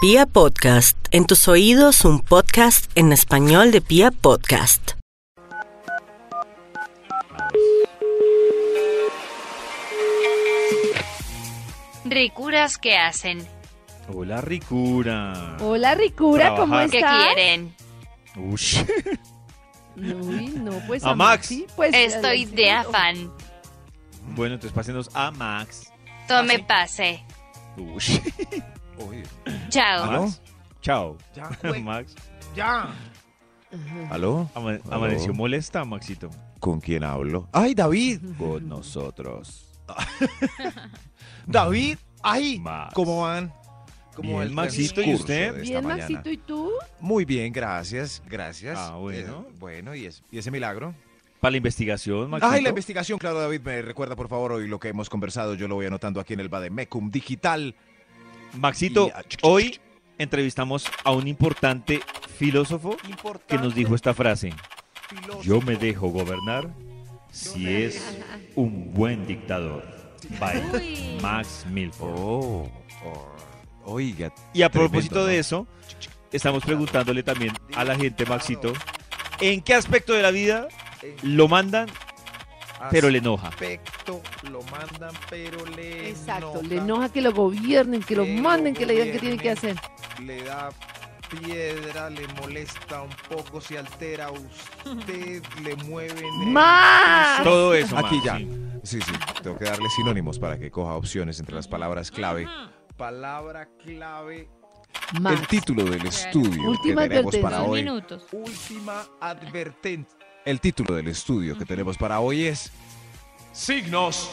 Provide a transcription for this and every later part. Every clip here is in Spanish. Pia Podcast, en tus oídos un podcast en español de Pia Podcast. Ricuras que hacen, Hola, ricura. Hola Ricura, ¿cómo Trabajar. que estás? quieren. Ush. Uy, no, pues A Max. sí, pues, Estoy eh, sí, de o- afán. Bueno, entonces pasenos a Max. Tome pase. Ush. Oye, Chao. ¿Aló? Max. Chao. ya, güey, Max. ya. ¿Aló? ama- Aló. amaneció molesta, Maxito. ¿Con quién hablo? ¡Ay, David! Con nosotros. David, ¡ay! Max. ¿Cómo van? ¿Cómo Bien, va el Maxito, ¿y transcurso usted? de esta Bien, mañana? Maxito, ¿y tú? Muy bien, gracias, gracias. Ah, bueno. Eh, bueno, y, es- y ese milagro. Para la investigación, Maxito. Ay, la investigación, claro, David, me recuerda por favor hoy lo que hemos conversado. Yo lo voy anotando aquí en el Bademecum Digital. Maxito, Y- ah, chuc, chuc, hoy entrevistamos a un importante filósofo que nos dijo esta frase. Yo me dejo gobernar si es un buen dictador. Bye. Uy. Max Milford. Oh, oh, oiga. Y a Tremendo, propósito de ¿no? eso, estamos preguntándole también a la gente, Maxito, ¿en qué aspecto de la vida lo mandan pero le enoja? aspecto lo mandan, pero le Exacto, le enoja que lo gobiernen, que lo Que lo manden, que le digan qué tiene que hacer. gobiernen. le da piedra, le molesta un poco, se altera usted, le mueven. ¡Más! Todo eso. Aquí Max, ya. sí. Sí, sí, tengo que darle sinónimos para que coja opciones entre las palabras clave. Palabra clave. Más. El título del estudio Última que tenemos advertencia. para Dos hoy. minutos. Última advertencia. El título del estudio que tenemos para hoy es signos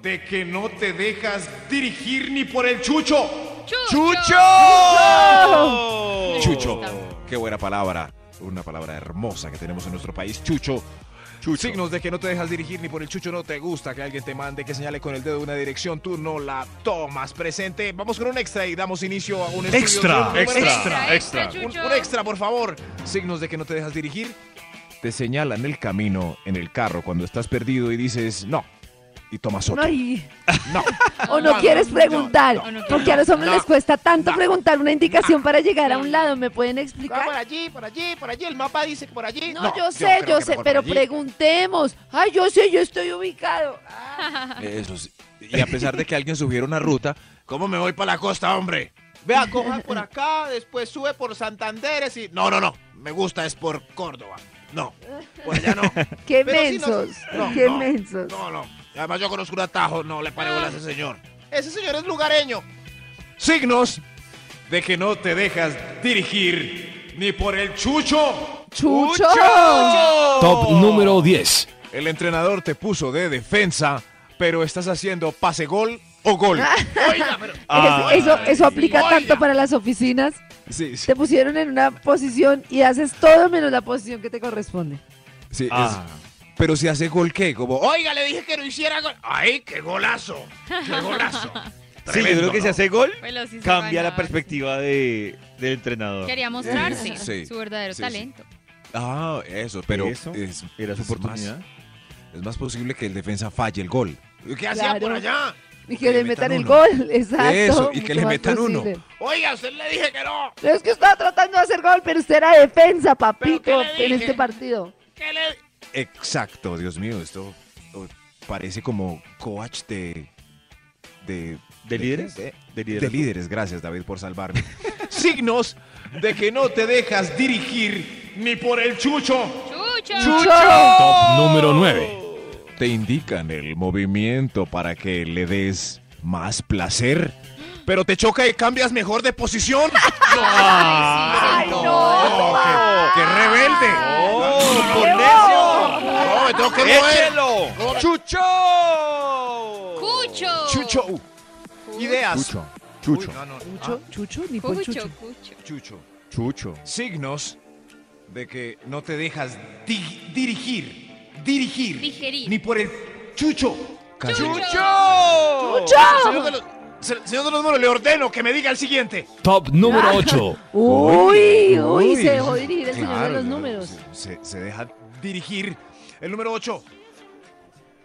de que no te dejas dirigir ni por el chucho. ¡Chucho! Chucho. Qué buena palabra. Una palabra hermosa que tenemos en nuestro país, Chucho. Signos de que no te dejas dirigir ni por el chucho, no te gusta que alguien te mande, que señale con el dedo una dirección, tú no la tomas presente. Vamos con un extra y damos inicio a un estudio de un número- Extra, extra, Un, Chucho. un extra, por favor. Signos de que no te dejas dirigir. Te señalan el camino en el carro cuando estás perdido y dices no. Y tomas otro. No, y- No. o no No, quieres no, preguntar, no, no, porque a los hombres no, les cuesta tanto no, preguntar una indicación para llegar a un lado. ¿Me pueden Va por explicar? allí, por allí, por allí. El mapa dice que por allí. No, No, yo yo sé, creo yo, que sé, mejor pero allí. preguntemos. Ay, yo sé, yo estoy ubicado. Ah. Eso sí. Y a pesar de que alguien subiera una ruta, ¿Cómo me voy para la costa, hombre? Vea, coja por acá, después sube por Santanderes y... No, no, no. Me gusta es por Córdoba. No, por allá no. Qué Pero si mensos, no- no, qué no, mensos. No, no. Además yo conozco un atajo. No le pare bola a ese señor. Ese señor es lugareño. Signos de que no te dejas dirigir ni por el chucho. ¡Chucho! Top número 10. el entrenador te puso de defensa, pero estás haciendo pase gol o gol. Oiga, pero... Ah, Es- eso, eso aplica Oiga. tanto para las oficinas. Sí, sí. Te pusieron en una posición y haces todo menos la posición que te corresponde. sí, es- Ah, Pero si hace gol, ¿qué? Como, "Ay, Oiga, le dije que no hiciera gol. ¡Ay, qué golazo! ¡Qué golazo! Ah, sí, yo creo que si hace gol, Bueno, sí se cambia la ganaba. perspectiva de, del entrenador. Quería mostrarse Sí, su verdadero sí, sí. talento. Ah, eso, pero Eso es, Era su es más- oportunidad. es más posible que el defensa falle el gol. ¿Qué hacía Claro. por allá? Y que, que le le metan, metan el uno. gol, exacto. Eso, y mucho que le más metan uno. Oiga, usted le dije que no. Pero es que estaba tratando de hacer gol, pero usted era defensa, papito, ¿Pero qué le en dije? este partido. ¿Qué le... Exacto, Dios mío, esto oh, parece como coach de... ¿De, ¿De líderes? De, De de líderes. líderes, gracias David por salvarme. Signos de que no te dejas dirigir ni por el chucho. ¡Chucho! Ah. ¡Chucho! Top número 9. Te indican el movimiento para que le des más placer. Pero te choca y cambias mejor de posición. ¡Ay, no! ¡Qué rebelde! ¡Oh, por ¡Qué necio! ¡No, me tengo que mover! ¡Échelo! ¡Chucho! ¡Cucho! Chucho. uh, Ideas. Chucho. Uy, Chucho. no, no, no. Chucho, Chucho, ni por ¡Cucho, Chucho. cucho! Chucho. Chucho. Signos de que no te dejas di- dirigir, dirigir, Digerir. ni por el chucho. ¡Chucho! Señor de los, se- señor de los números, le ordeno que me diga el siguiente. Top número 8. Uy, uy, se dejó dirigir el señor de Claro, los números. Se, se deja. Dirigir. El número 8.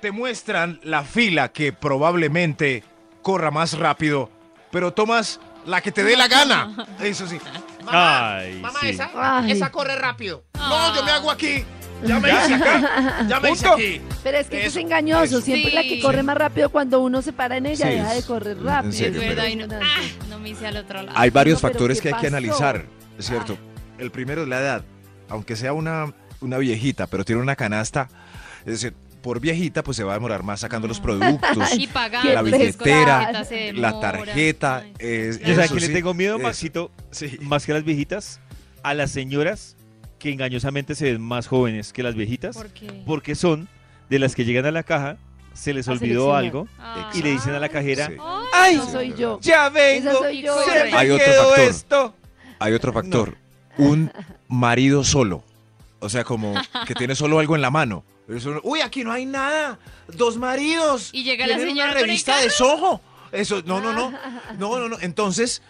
Te muestran la fila que probablemente corra más rápido, pero tomas La que te dé la gana. Eso sí. Mamá, Ay, mamá, sí. esa, Ay. esa corre rápido. No, yo me hago aquí. Ya me Ya. hice acá. Ya me hice Punto. aquí. Pero es que eso es Eso, engañoso. eso. Siempre la que Sí. corre más rápido cuando uno se para en ella Sí, deja de es- correr en rápido. Es serio, verdad, pero- y no, ah, no me hice al otro lado. Hay varios No, pero factores ¿qué que hay que pasó? analizar, es ¿cierto? El primero es la edad. Aunque sea una, una viejita, pero tiene una canasta, es decir, por viejita, pues se va a demorar más sacando los productos, Y pagando. la es billetera, correcta, se la demora. tarjeta. Ay, Es, Yo sabes eso que le sí, tengo miedo, es- Maxito, sí. más que a las viejitas, a las señoras que engañosamente se ven más jóvenes que las viejitas, ¿Por qué? porque son de las que llegan a la caja, se les A olvidó seleccionar. algo Ah. y le dicen a la cajera, Sí. Ay, No soy yo. ya Esa soy yo. se me Hay otro factor. esto. Hay otro factor. Un marido solo. O sea, como que tiene solo algo en la mano. Eso- Uy, aquí no hay nada. Dos maridos. Y llega la Tienen señora una con el revista de sojo. Eso, no, no, no. No, no, no. Entonces,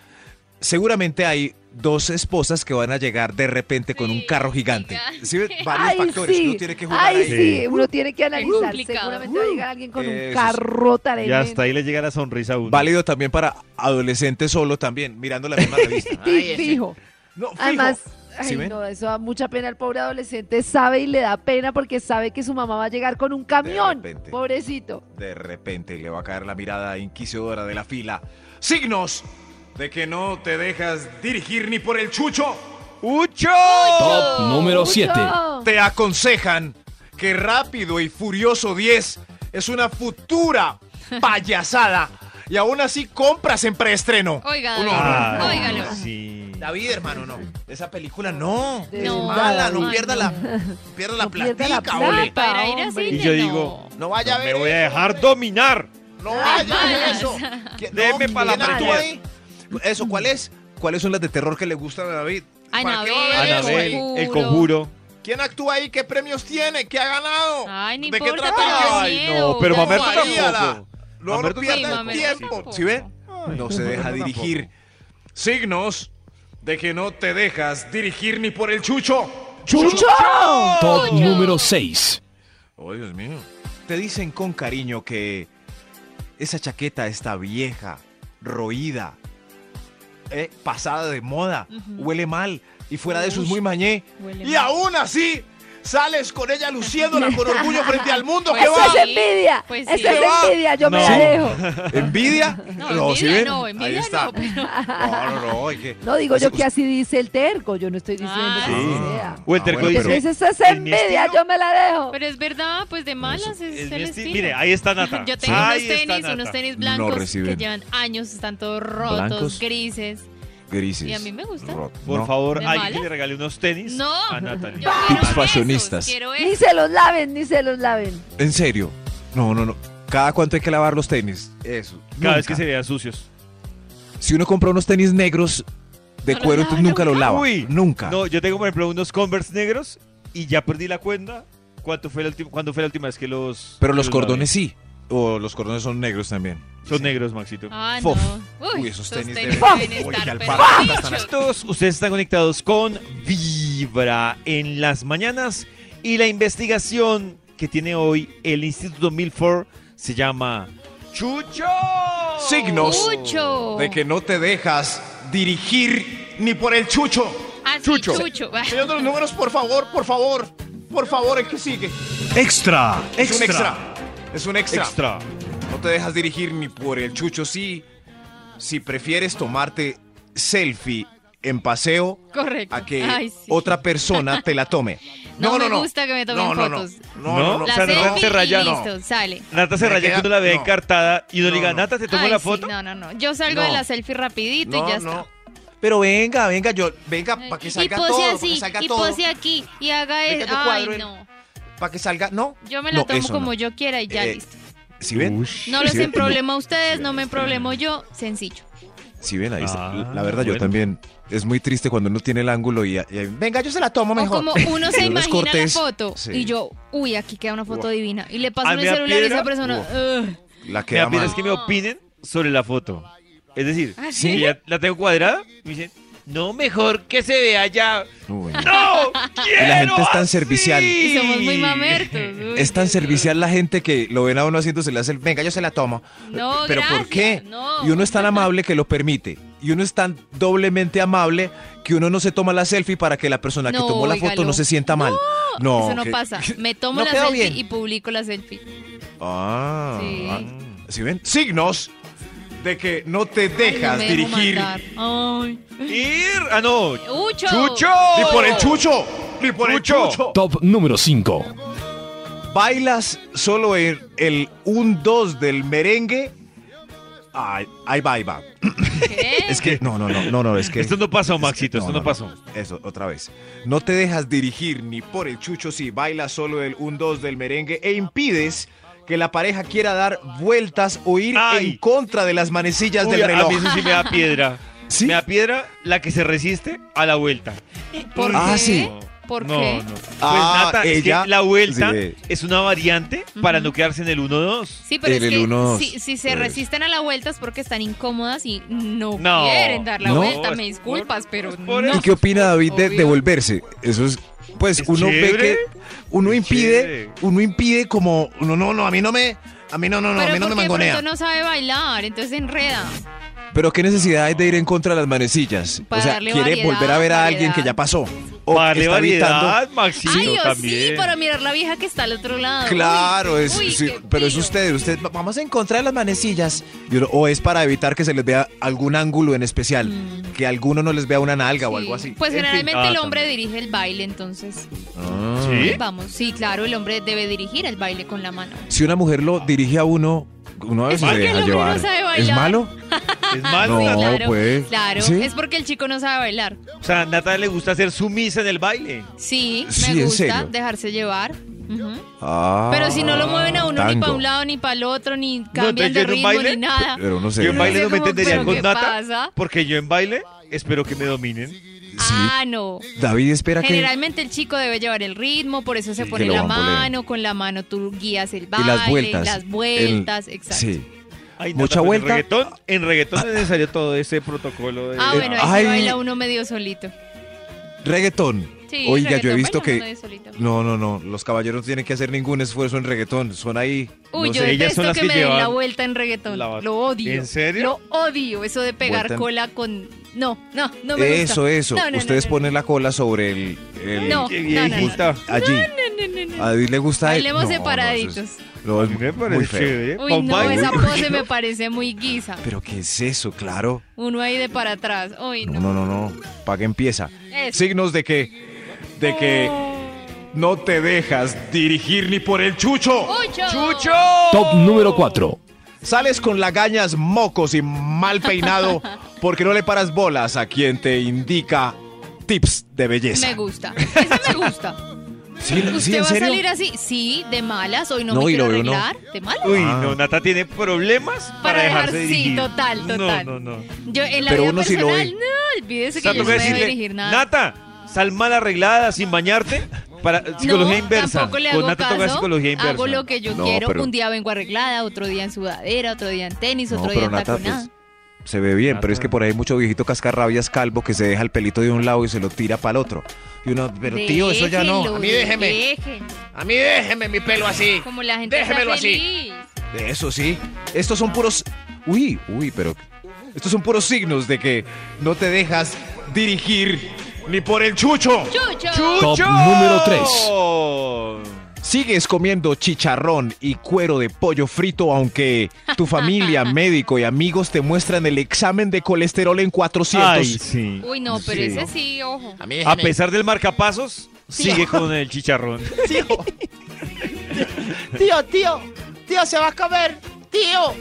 seguramente hay dos esposas que van a llegar de repente con un Sí, carro gigante. gigante. Sí, varios Ay, factores. sí. Uno tiene que jugar Ay, ahí. sí. Uno tiene que Es analizar. complicado. Seguramente va a llegar alguien con un Eso sí. carro Y tremendo. hasta ahí le llega la sonrisa a uno. Válido también para adolescentes solo también, mirando la misma revista. Sí, fijo. No, fijo. Además, ay, ¿Sí ven? no, eso da mucha pena. El pobre adolescente sabe y le da pena porque sabe que su mamá va a llegar con un camión. repente. Pobrecito. De repente le va a caer la mirada inquisidora de la fila. Signos de que no te dejas dirigir ni por el chucho. ¡Ucho! Top número 7. Mucho. Te aconsejan que Rápido y Furioso 10 es una futura payasada y aún así compras en preestreno. Oiga, ah, Uno, David, Ay, óigalo. Ah, sí. David, hermano, no. Esa película no. De es verdad, mala, David. no pierda la, pierda la No pierda la platica, ole. plata, Para ir a hombre. cine, Y yo no. digo, No vaya a No ver. me voy a eso, dejar hombre. dominar. No Ah, vaya a ver malas. eso. ¿Quién- no, Deme pa' la ¿quién actuó primera. ahí? Eso, ¿cuál es? ¿Cuáles son las de terror que le gustan a David? ¿Para qué Anabel, va a haber eso, Anabel, Conjuro. el conjuro. ¿Quién actúa ahí? ¿Qué premios tiene? ¿Qué ha ganado? Ay, no ¿De qué importa, trata pero el guión? sí. Ay, no, miedo. pero No, Mamerto María, tampoco. No, no Mamerto pierda tampoco. el Sí, tiempo. Mamerto ¿Sí ve? Ay, No se deja tampoco. dirigir. Signos de que no te dejas dirigir ni por el chucho. ¡Chucho! Top número 6. Oh, Dios mío. Te dicen con cariño que esa chaqueta está vieja, roída, eh, pasada de moda, huele mal y fuera de eso es muy mañé. Huele Y mal. aún así, sales con ella luciéndola con orgullo frente al mundo Pues que ¡Eso va. es envidia! Pues sí. ¡Eso es ¿Qué va? envidia! ¡Yo me No. la dejo! ¿Envidia? No, ¿sí envidia ven? no, Ahí envidia está. no, pero- No, no, no, hay que- No digo yo Us- que así dice el terco. Yo no estoy diciendo Ah, que así sí. sea. O el Ah, terco bueno, dice, pero- Pues esa es en mi envidia, estilo- yo me la dejo. Pero es verdad, pues de malas es, Es mi el esti- estilo. Mire, ahí está Nata. Yo tengo Ahí unos está tenis, unos Nata. tenis No blancos que reciben. llevan años, están todos rotos, Blancos. grises. Grises. Y a mí me gusta. rotos, Por ¿no? favor, ¿De alguien que malas? le regale unos tenis No, a Natalie. yo quiero Tips esos, fashionistas. quiero Ni esos. se los laven, ni se los laven. En serio. No, no, no. Cada cuánto hay que lavar los tenis. Eso. Cada vez que Nunca. se vean sucios. Si uno compra unos tenis negros de No los cuero, lava tú nunca los lava. Uy. Nunca. No, yo tengo, por ejemplo, unos Converse negros y ya perdí la cuenta. ¿Cuánto fue la última, cuándo fue la última vez que los... Pero que los lavé? cordones sí. O los cordones son negros también. Son negros, Maxito. Ah, Fof. no. Uy, esos tenis deben deben- Uy, estar que al pero parecer dichos. Todos ustedes están conectados con Vibra en las mañanas y la investigación que tiene hoy el Instituto Milford se llama Chucho. Signos Chucho. de que no te dejas dirigir ni por el chucho. Ah, sí, Chucho. Chucho. Señor de los números, por favor, por favor. Por favor, el que sigue. Extra, Es un extra. Es un extra. Extra. No te dejas dirigir ni por el chucho. Sí, si prefieres tomarte selfie en paseo Correcto. a que Ay, sí. otra persona te la tome. No me gusta que me tomen no, no, no. fotos. No, no, no. La O sea, no, selfie se raya, y no. listo, sale. Nata se Me raya queda- cuando la vea no. encartada y no le No, diga, no. Nata, ¿te tomo Ay, la sí, foto? no, no, no. Yo salgo No. de la selfie rapidito y ya está. Pero venga, venga, yo, venga, para que y salga pose todo, para así, que salga y todo, pose aquí, y haga Venga, el... te cuadro Ay, en- no. para que salga, no. Yo me la No, tomo eso como no. yo quiera y ya Eh, listo. Si ven, No los sí, en problema ustedes, sí, no me sí. problemo yo, sencillo. si ven ahí, está. Ah, la verdad yo bueno. también es muy triste cuando uno tiene el ángulo y, y- venga, yo se la tomo O mejor. como uno se Pero los imagina cortes, la foto sí. y yo, uy, aquí queda una foto Uf. divina. Y le paso ¿A en el mí a celular y piedra? esa persona, "Ugh". La Me da queda pena mal. es que me opinen sobre la foto. Es decir, ¿Ah, sí? si ya la tengo cuadrada, me dicen, No, mejor que se vea ya. Uy, ¡No! Y la gente es tan servicial. así! Y somos muy mamertos. uy. Es tan servicial la gente que lo ven a uno haciendo, se le hace el, venga, yo se la tomo. No, ¿Pero por gracias, qué? no. Y uno es tan amable que lo permite. Y uno es tan doblemente amable que uno no se toma la selfie para que la persona que No, tomó la foto óigalo. no se sienta mal. No, Eso no que- pasa. Me tomo No la quedó selfie bien. y publico la selfie. Ah, Sí. ah, ¿sí ven? Signos de que no te dejas Ay, no me dejo dirigir. mandar. Ay. Ir. Ah, no. ¡Ucho! ¡Chucho! Ni por el chucho. Ni por el Chucho. chucho. Top número 5. ¿Bailas solo en el 1-2 del merengue? Ay, ahí va, ahí va. ¿Qué? Es que, no, no, no, no, no, es que... Esto no pasó, es que- Maxito, esto no pasó. Eso, otra vez. No te dejas dirigir ni por el chucho si bailas solo el 1-2 del merengue e impides que la pareja quiera dar vueltas o ir Ay. en contra de las manecillas Uy, del a- A reloj. mí eso sí me da piedra. ¿Sí? Me da piedra la que se resiste a la vuelta. ¿Por Ah, qué? sí. ¿Por no, qué? no. Pues Ah, Nata, es que ella- la vuelta sí. es una variante para no quedarse en el 1-2. Sí, pero En es el que uno, si, si se pues. resisten a la vuelta es porque están incómodas y no, No. quieren dar la No. vuelta. Es Me disculpas, por- pero es por no. ¿Y qué opina David de Obvio. devolverse? Eso es, pues Es uno ve que chévere. uno Es impide, chévere. uno impide como, no, no, no, a mí no me, a mí no, no, no, a pero mí no me porque de pronto mangonea. no sabe bailar, entonces se enreda. Pero qué necesidad hay de ir en contra de las manecillas. Para o sea, darle quiere variedad, volver a ver a alguien variedad. que ya pasó. O Para darle está variedad, evitando- Maxito, Ay, o sí, también. para mirar la vieja que está al otro lado. Claro, Uy, es, uy, sí, qué pero es pillo. usted, usted, "Va- vamos en contra de las manecillas. Y uno- o es para evitar que se les vea algún ángulo en especial, que alguno no les vea una nalga o Mm. Sí. algo así. Pues En fin. generalmente Ah, el hombre dirige el baile, entonces ¿Sí? vamos. Sí, claro, el hombre debe dirigir el baile con la mano. Si una mujer lo dirige a uno, uno a veces Es se que el deja hombre no llevar. sabe ¿Es bailar. malo? Es más, No, Nata- claro, pues. Claro, ¿Sí? es porque el chico no sabe bailar. o sea, a Nata le gusta ser sumisa en el baile. Sí, Sí, me ¿en gusta serio? dejarse llevar. Ujú. Ah, Pero si no lo mueven a uno ni tango. para un lado ni para el otro, ni cambian yo de en un ritmo baile, ni nada. Pero uno se Yo en deja. baile no me Como, entendería ¿pero con qué Nata, pasa? porque yo en baile espero que me dominen. Ah, no. David espera que... Generalmente el chico debe llevar el ritmo, por eso se Sí, pone que lo la bambolea. mano, con la mano tú guías el Y baile, las vueltas. las el- vueltas, exacto. Sí. Ay, Mucha pero vuelta. En reggaetón, en reggaetón es necesario todo ese protocolo. De, Ah, bueno, ahí Ay. se baila uno medio solito. Reggaetón. Sí, Oiga, yo he reggaetón visto baila que... uno medio solito. No, no, no. Los caballeros no tienen que hacer ningún esfuerzo en reggaetón. Son ahí. Uy, no yo sé, ellas son detesto las que, que me den la llevan vuelta en reggaetón. la- Lo odio. ¿En serio? Lo odio, eso de pegar Vuelta en- cola con... No, no, no me gusta. Eso, eso. No, no, no, Ustedes no, no. ponen la cola sobre el. el- No, Qué no, no, viejita. Allí. No, no, no, no. A David le gusta. el- Bailemos no, no, eso separaditos. es- no, A es mí me Pues muy parece feo. chévere. Pa' Uy, un no, baile. esa pose me parece muy guisa. Pero ¿qué es eso? Claro. Uno ahí de para atrás. Uy, No, no. no, no, no. ¿Para qué empieza? Eso. Oh. Signos de que. De que. No te dejas dirigir ni por el chucho. ¡Ucho! Top número 4. Sales con lagañas, mocos y mal peinado porque no le paras bolas a quien te indica tips de belleza. Me gusta. Ese me gusta. Sí, no- sí, ¿Usted en va serio. a salir así? Sí, de malas. Hoy no, No, me y quiero lo veo, ¿no? arreglar. ¿De malas? Uy, Ah. no, Nata tiene problemas para, Para dejar- dejarse sí, dirigir. total, total. No, no, no. Yo en la Pero vida uno sí lo personal, ve. no, olvídese O sea, que yo no toca voy decirle, dirigir nada. Nata, sal mal arreglada sin bañarte. Para psicología no, inversa. Tampoco le Con hago Nata caso. toca psicología inversa. Hago lo que yo No, quiero. pero- Un día vengo arreglada, otro día en sudadera, otro día en tenis, No, otro día pero en Nata, taconada. pues, se ve bien, pero es que por ahí hay mucho viejito cascarrabias calvo que se deja el pelito de un lado y se lo tira para el otro. Y uno, pero tío, eso ya no. Déjelo, A mí déjeme. deje. A mí déjeme mi pelo así. Como la gente Déjemelo está así. feliz. Eso sí. Estos son puros. Uy, uy, pero. Estos son puros signos de que no te dejas dirigir ni por el chucho. ¡Chucho! Top número 3. Sigues comiendo chicharrón y cuero de pollo frito, aunque tu familia, médico y amigos te muestran el examen de colesterol en 400. Ay, sí. Uy, no, Sí. pero ese sí, ojo. A mí A pesar del marcapasos, sigue con el chicharrón. Tío, tío, tío, se va a comer. Tío,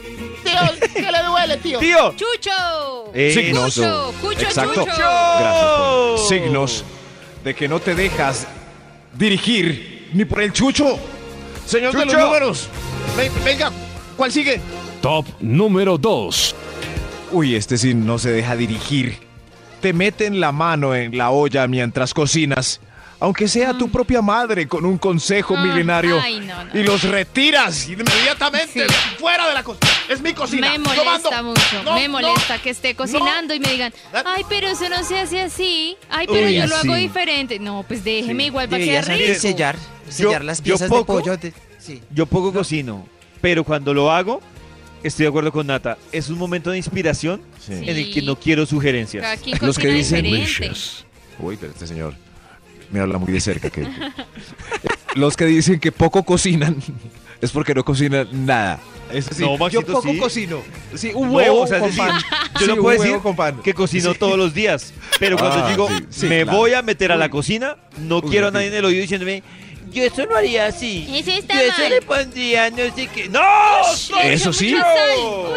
tío, que le duele, tío. ¡Tío! ¡Chucho! Eh, Signos. Cucho, cucho, Exacto. chucho. Gracias, Juan. signos de que no te dejas dirigir ni por el chucho. Señor de los Chucho. números. ve- venga, ¿cuál sigue? Top número 2. Uy, este sí no se deja dirigir. Te meten la mano en la olla mientras cocinas, aunque sea tu propia madre con un consejo Ah, milenario. Mm. Ay, no, no. Y los retiras inmediatamente Sí. fuera de la cocina. Es mi cocina. Me Yo molesta mando. mucho, No, me no. molesta que esté cocinando y me digan, ay, pero eso no se hace así, ay, pero Uy, yo lo hago sí. diferente. No, pues déjeme igual para Debería quedar saber rico. sellar, sellar las piezas de pollo. de- sí. Yo poco cocino, pero cuando lo hago, estoy de acuerdo con Nata. Es un momento de inspiración en el que Sí. no quiero sugerencias. Cada quien Los que cocina dicen diferente. Uy, pero este señor. Mírala muy de cerca. que- Los que dicen que poco cocinan es porque no cocinan nada. Es así, No, Maxito, yo poco sí. cocino. Sí, un huevo No, o sea, es con decir, pan. Yo Sí, no un puedo huevo decir con pan. que cocino Sí. todos los días, pero cuando Ah, digo sí, sí, me claro. voy a meter a la Uy. cocina, no Uy, quiero a sí. nadie en el oído diciéndome, yo eso no haría así. Eso está yo eso mal. le pondría no sé qué. ¡No! Eso sí.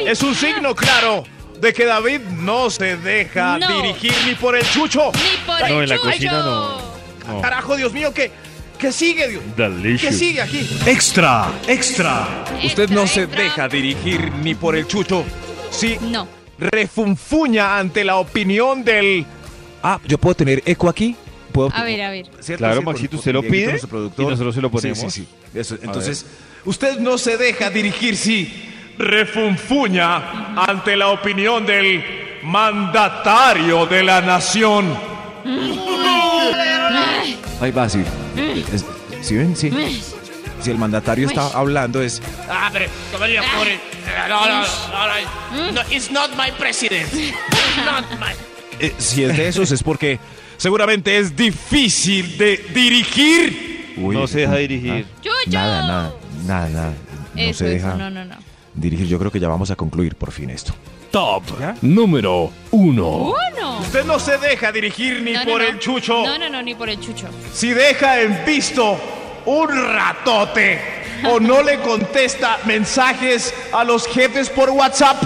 Es un signo claro de que David no se deja No. dirigir ni por el chucho. Ni por No, el en la chucho. cocina no. No. Carajo, Dios mío, ¿qué, qué sigue, Dios? ¿Qué Delicious. sigue aquí? Extra, extra. Usted no Extra, se extra. deja dirigir ni por el chucho. Sí, No. Refunfuña ante la opinión del. Ah, yo puedo tener eco aquí. ¿Puedo? A ver, a ver. ¿Cierto? Claro, Sí, con- Maxito, con usted lo Dieguito, pide nuestro productor. y nosotros se lo Sí, ponemos. Sí, sí, Eso, entonces, usted no se deja dirigir, sí. Refunfuña ante la opinión del mandatario de la nación. Ahí va, sí. Mm. Es- ¿Sí ven? Sí. Si el mandatario está hablando es... Ah, pero, compañero, pobre. Eh, No, no, no, no, no, it's not my president. It's not my. eh, si es de esos es porque... Seguramente es difícil de dirigir. Uy, No se deja dirigir. ah, ¡Chucho! Nada, nada, nada, nada. No eso, se eso, deja Eh, pues, no, no, no. dirigir. Yo creo que ya vamos a concluir por fin esto. Top número 1. Uno. Usted no se deja dirigir ni ¡Oh, No, no, por no. el chucho. No, no, no, ni por el chucho. Si deja en visto un ratote o no le contesta mensajes a los jefes por WhatsApp.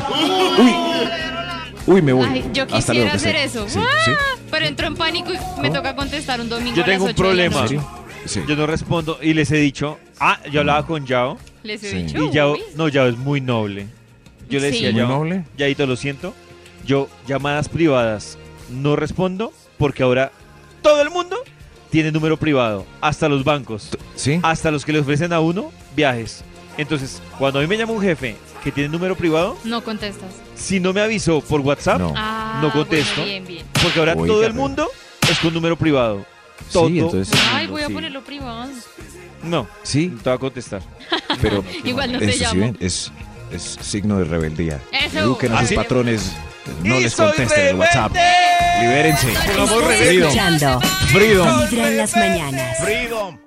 Uy, me voy. Ay, yo Hasta luego, quisiera que hacer esté- eso. Sí, ¡Ah! sí. Pero entro en pánico y me toca contestar un domingo. Yo a las tengo un ocho de la problema. noche. ¿Sí? Sí. Yo no respondo y les he dicho, ah, yo hablaba con Yao Les he Sí. dicho. y Yao, uy. no, Yao es muy noble. Yo le Sí. decía a ¿Muy Yao, noble? Yaito, lo siento, yo llamadas privadas no respondo porque ahora todo el mundo tiene número privado, hasta los bancos. ¿Sí? hasta los que le ofrecen a uno viajes. Entonces, cuando a mí me llama un jefe que tiene número privado, No contestas. si no me avisó por WhatsApp, No. Ah, No contesto. bueno, bien, bien. porque ahora Oiga, todo el pero- mundo es con número privado. Todo Sí, entonces... Ay, voy a sí. ponerlo privado. No, Sí, no te va a contestar. pero... Igual no te Eso sí, llamo. ven, es, es signo de rebeldía. Eso. Eduquen a Ah, sus sí. patrones, no ¡Y les soy contesten el WhatsApp. Libérense. Vamos, Estás rebelde. escuchando Freedom. Vibra en las mañanas. Freedom.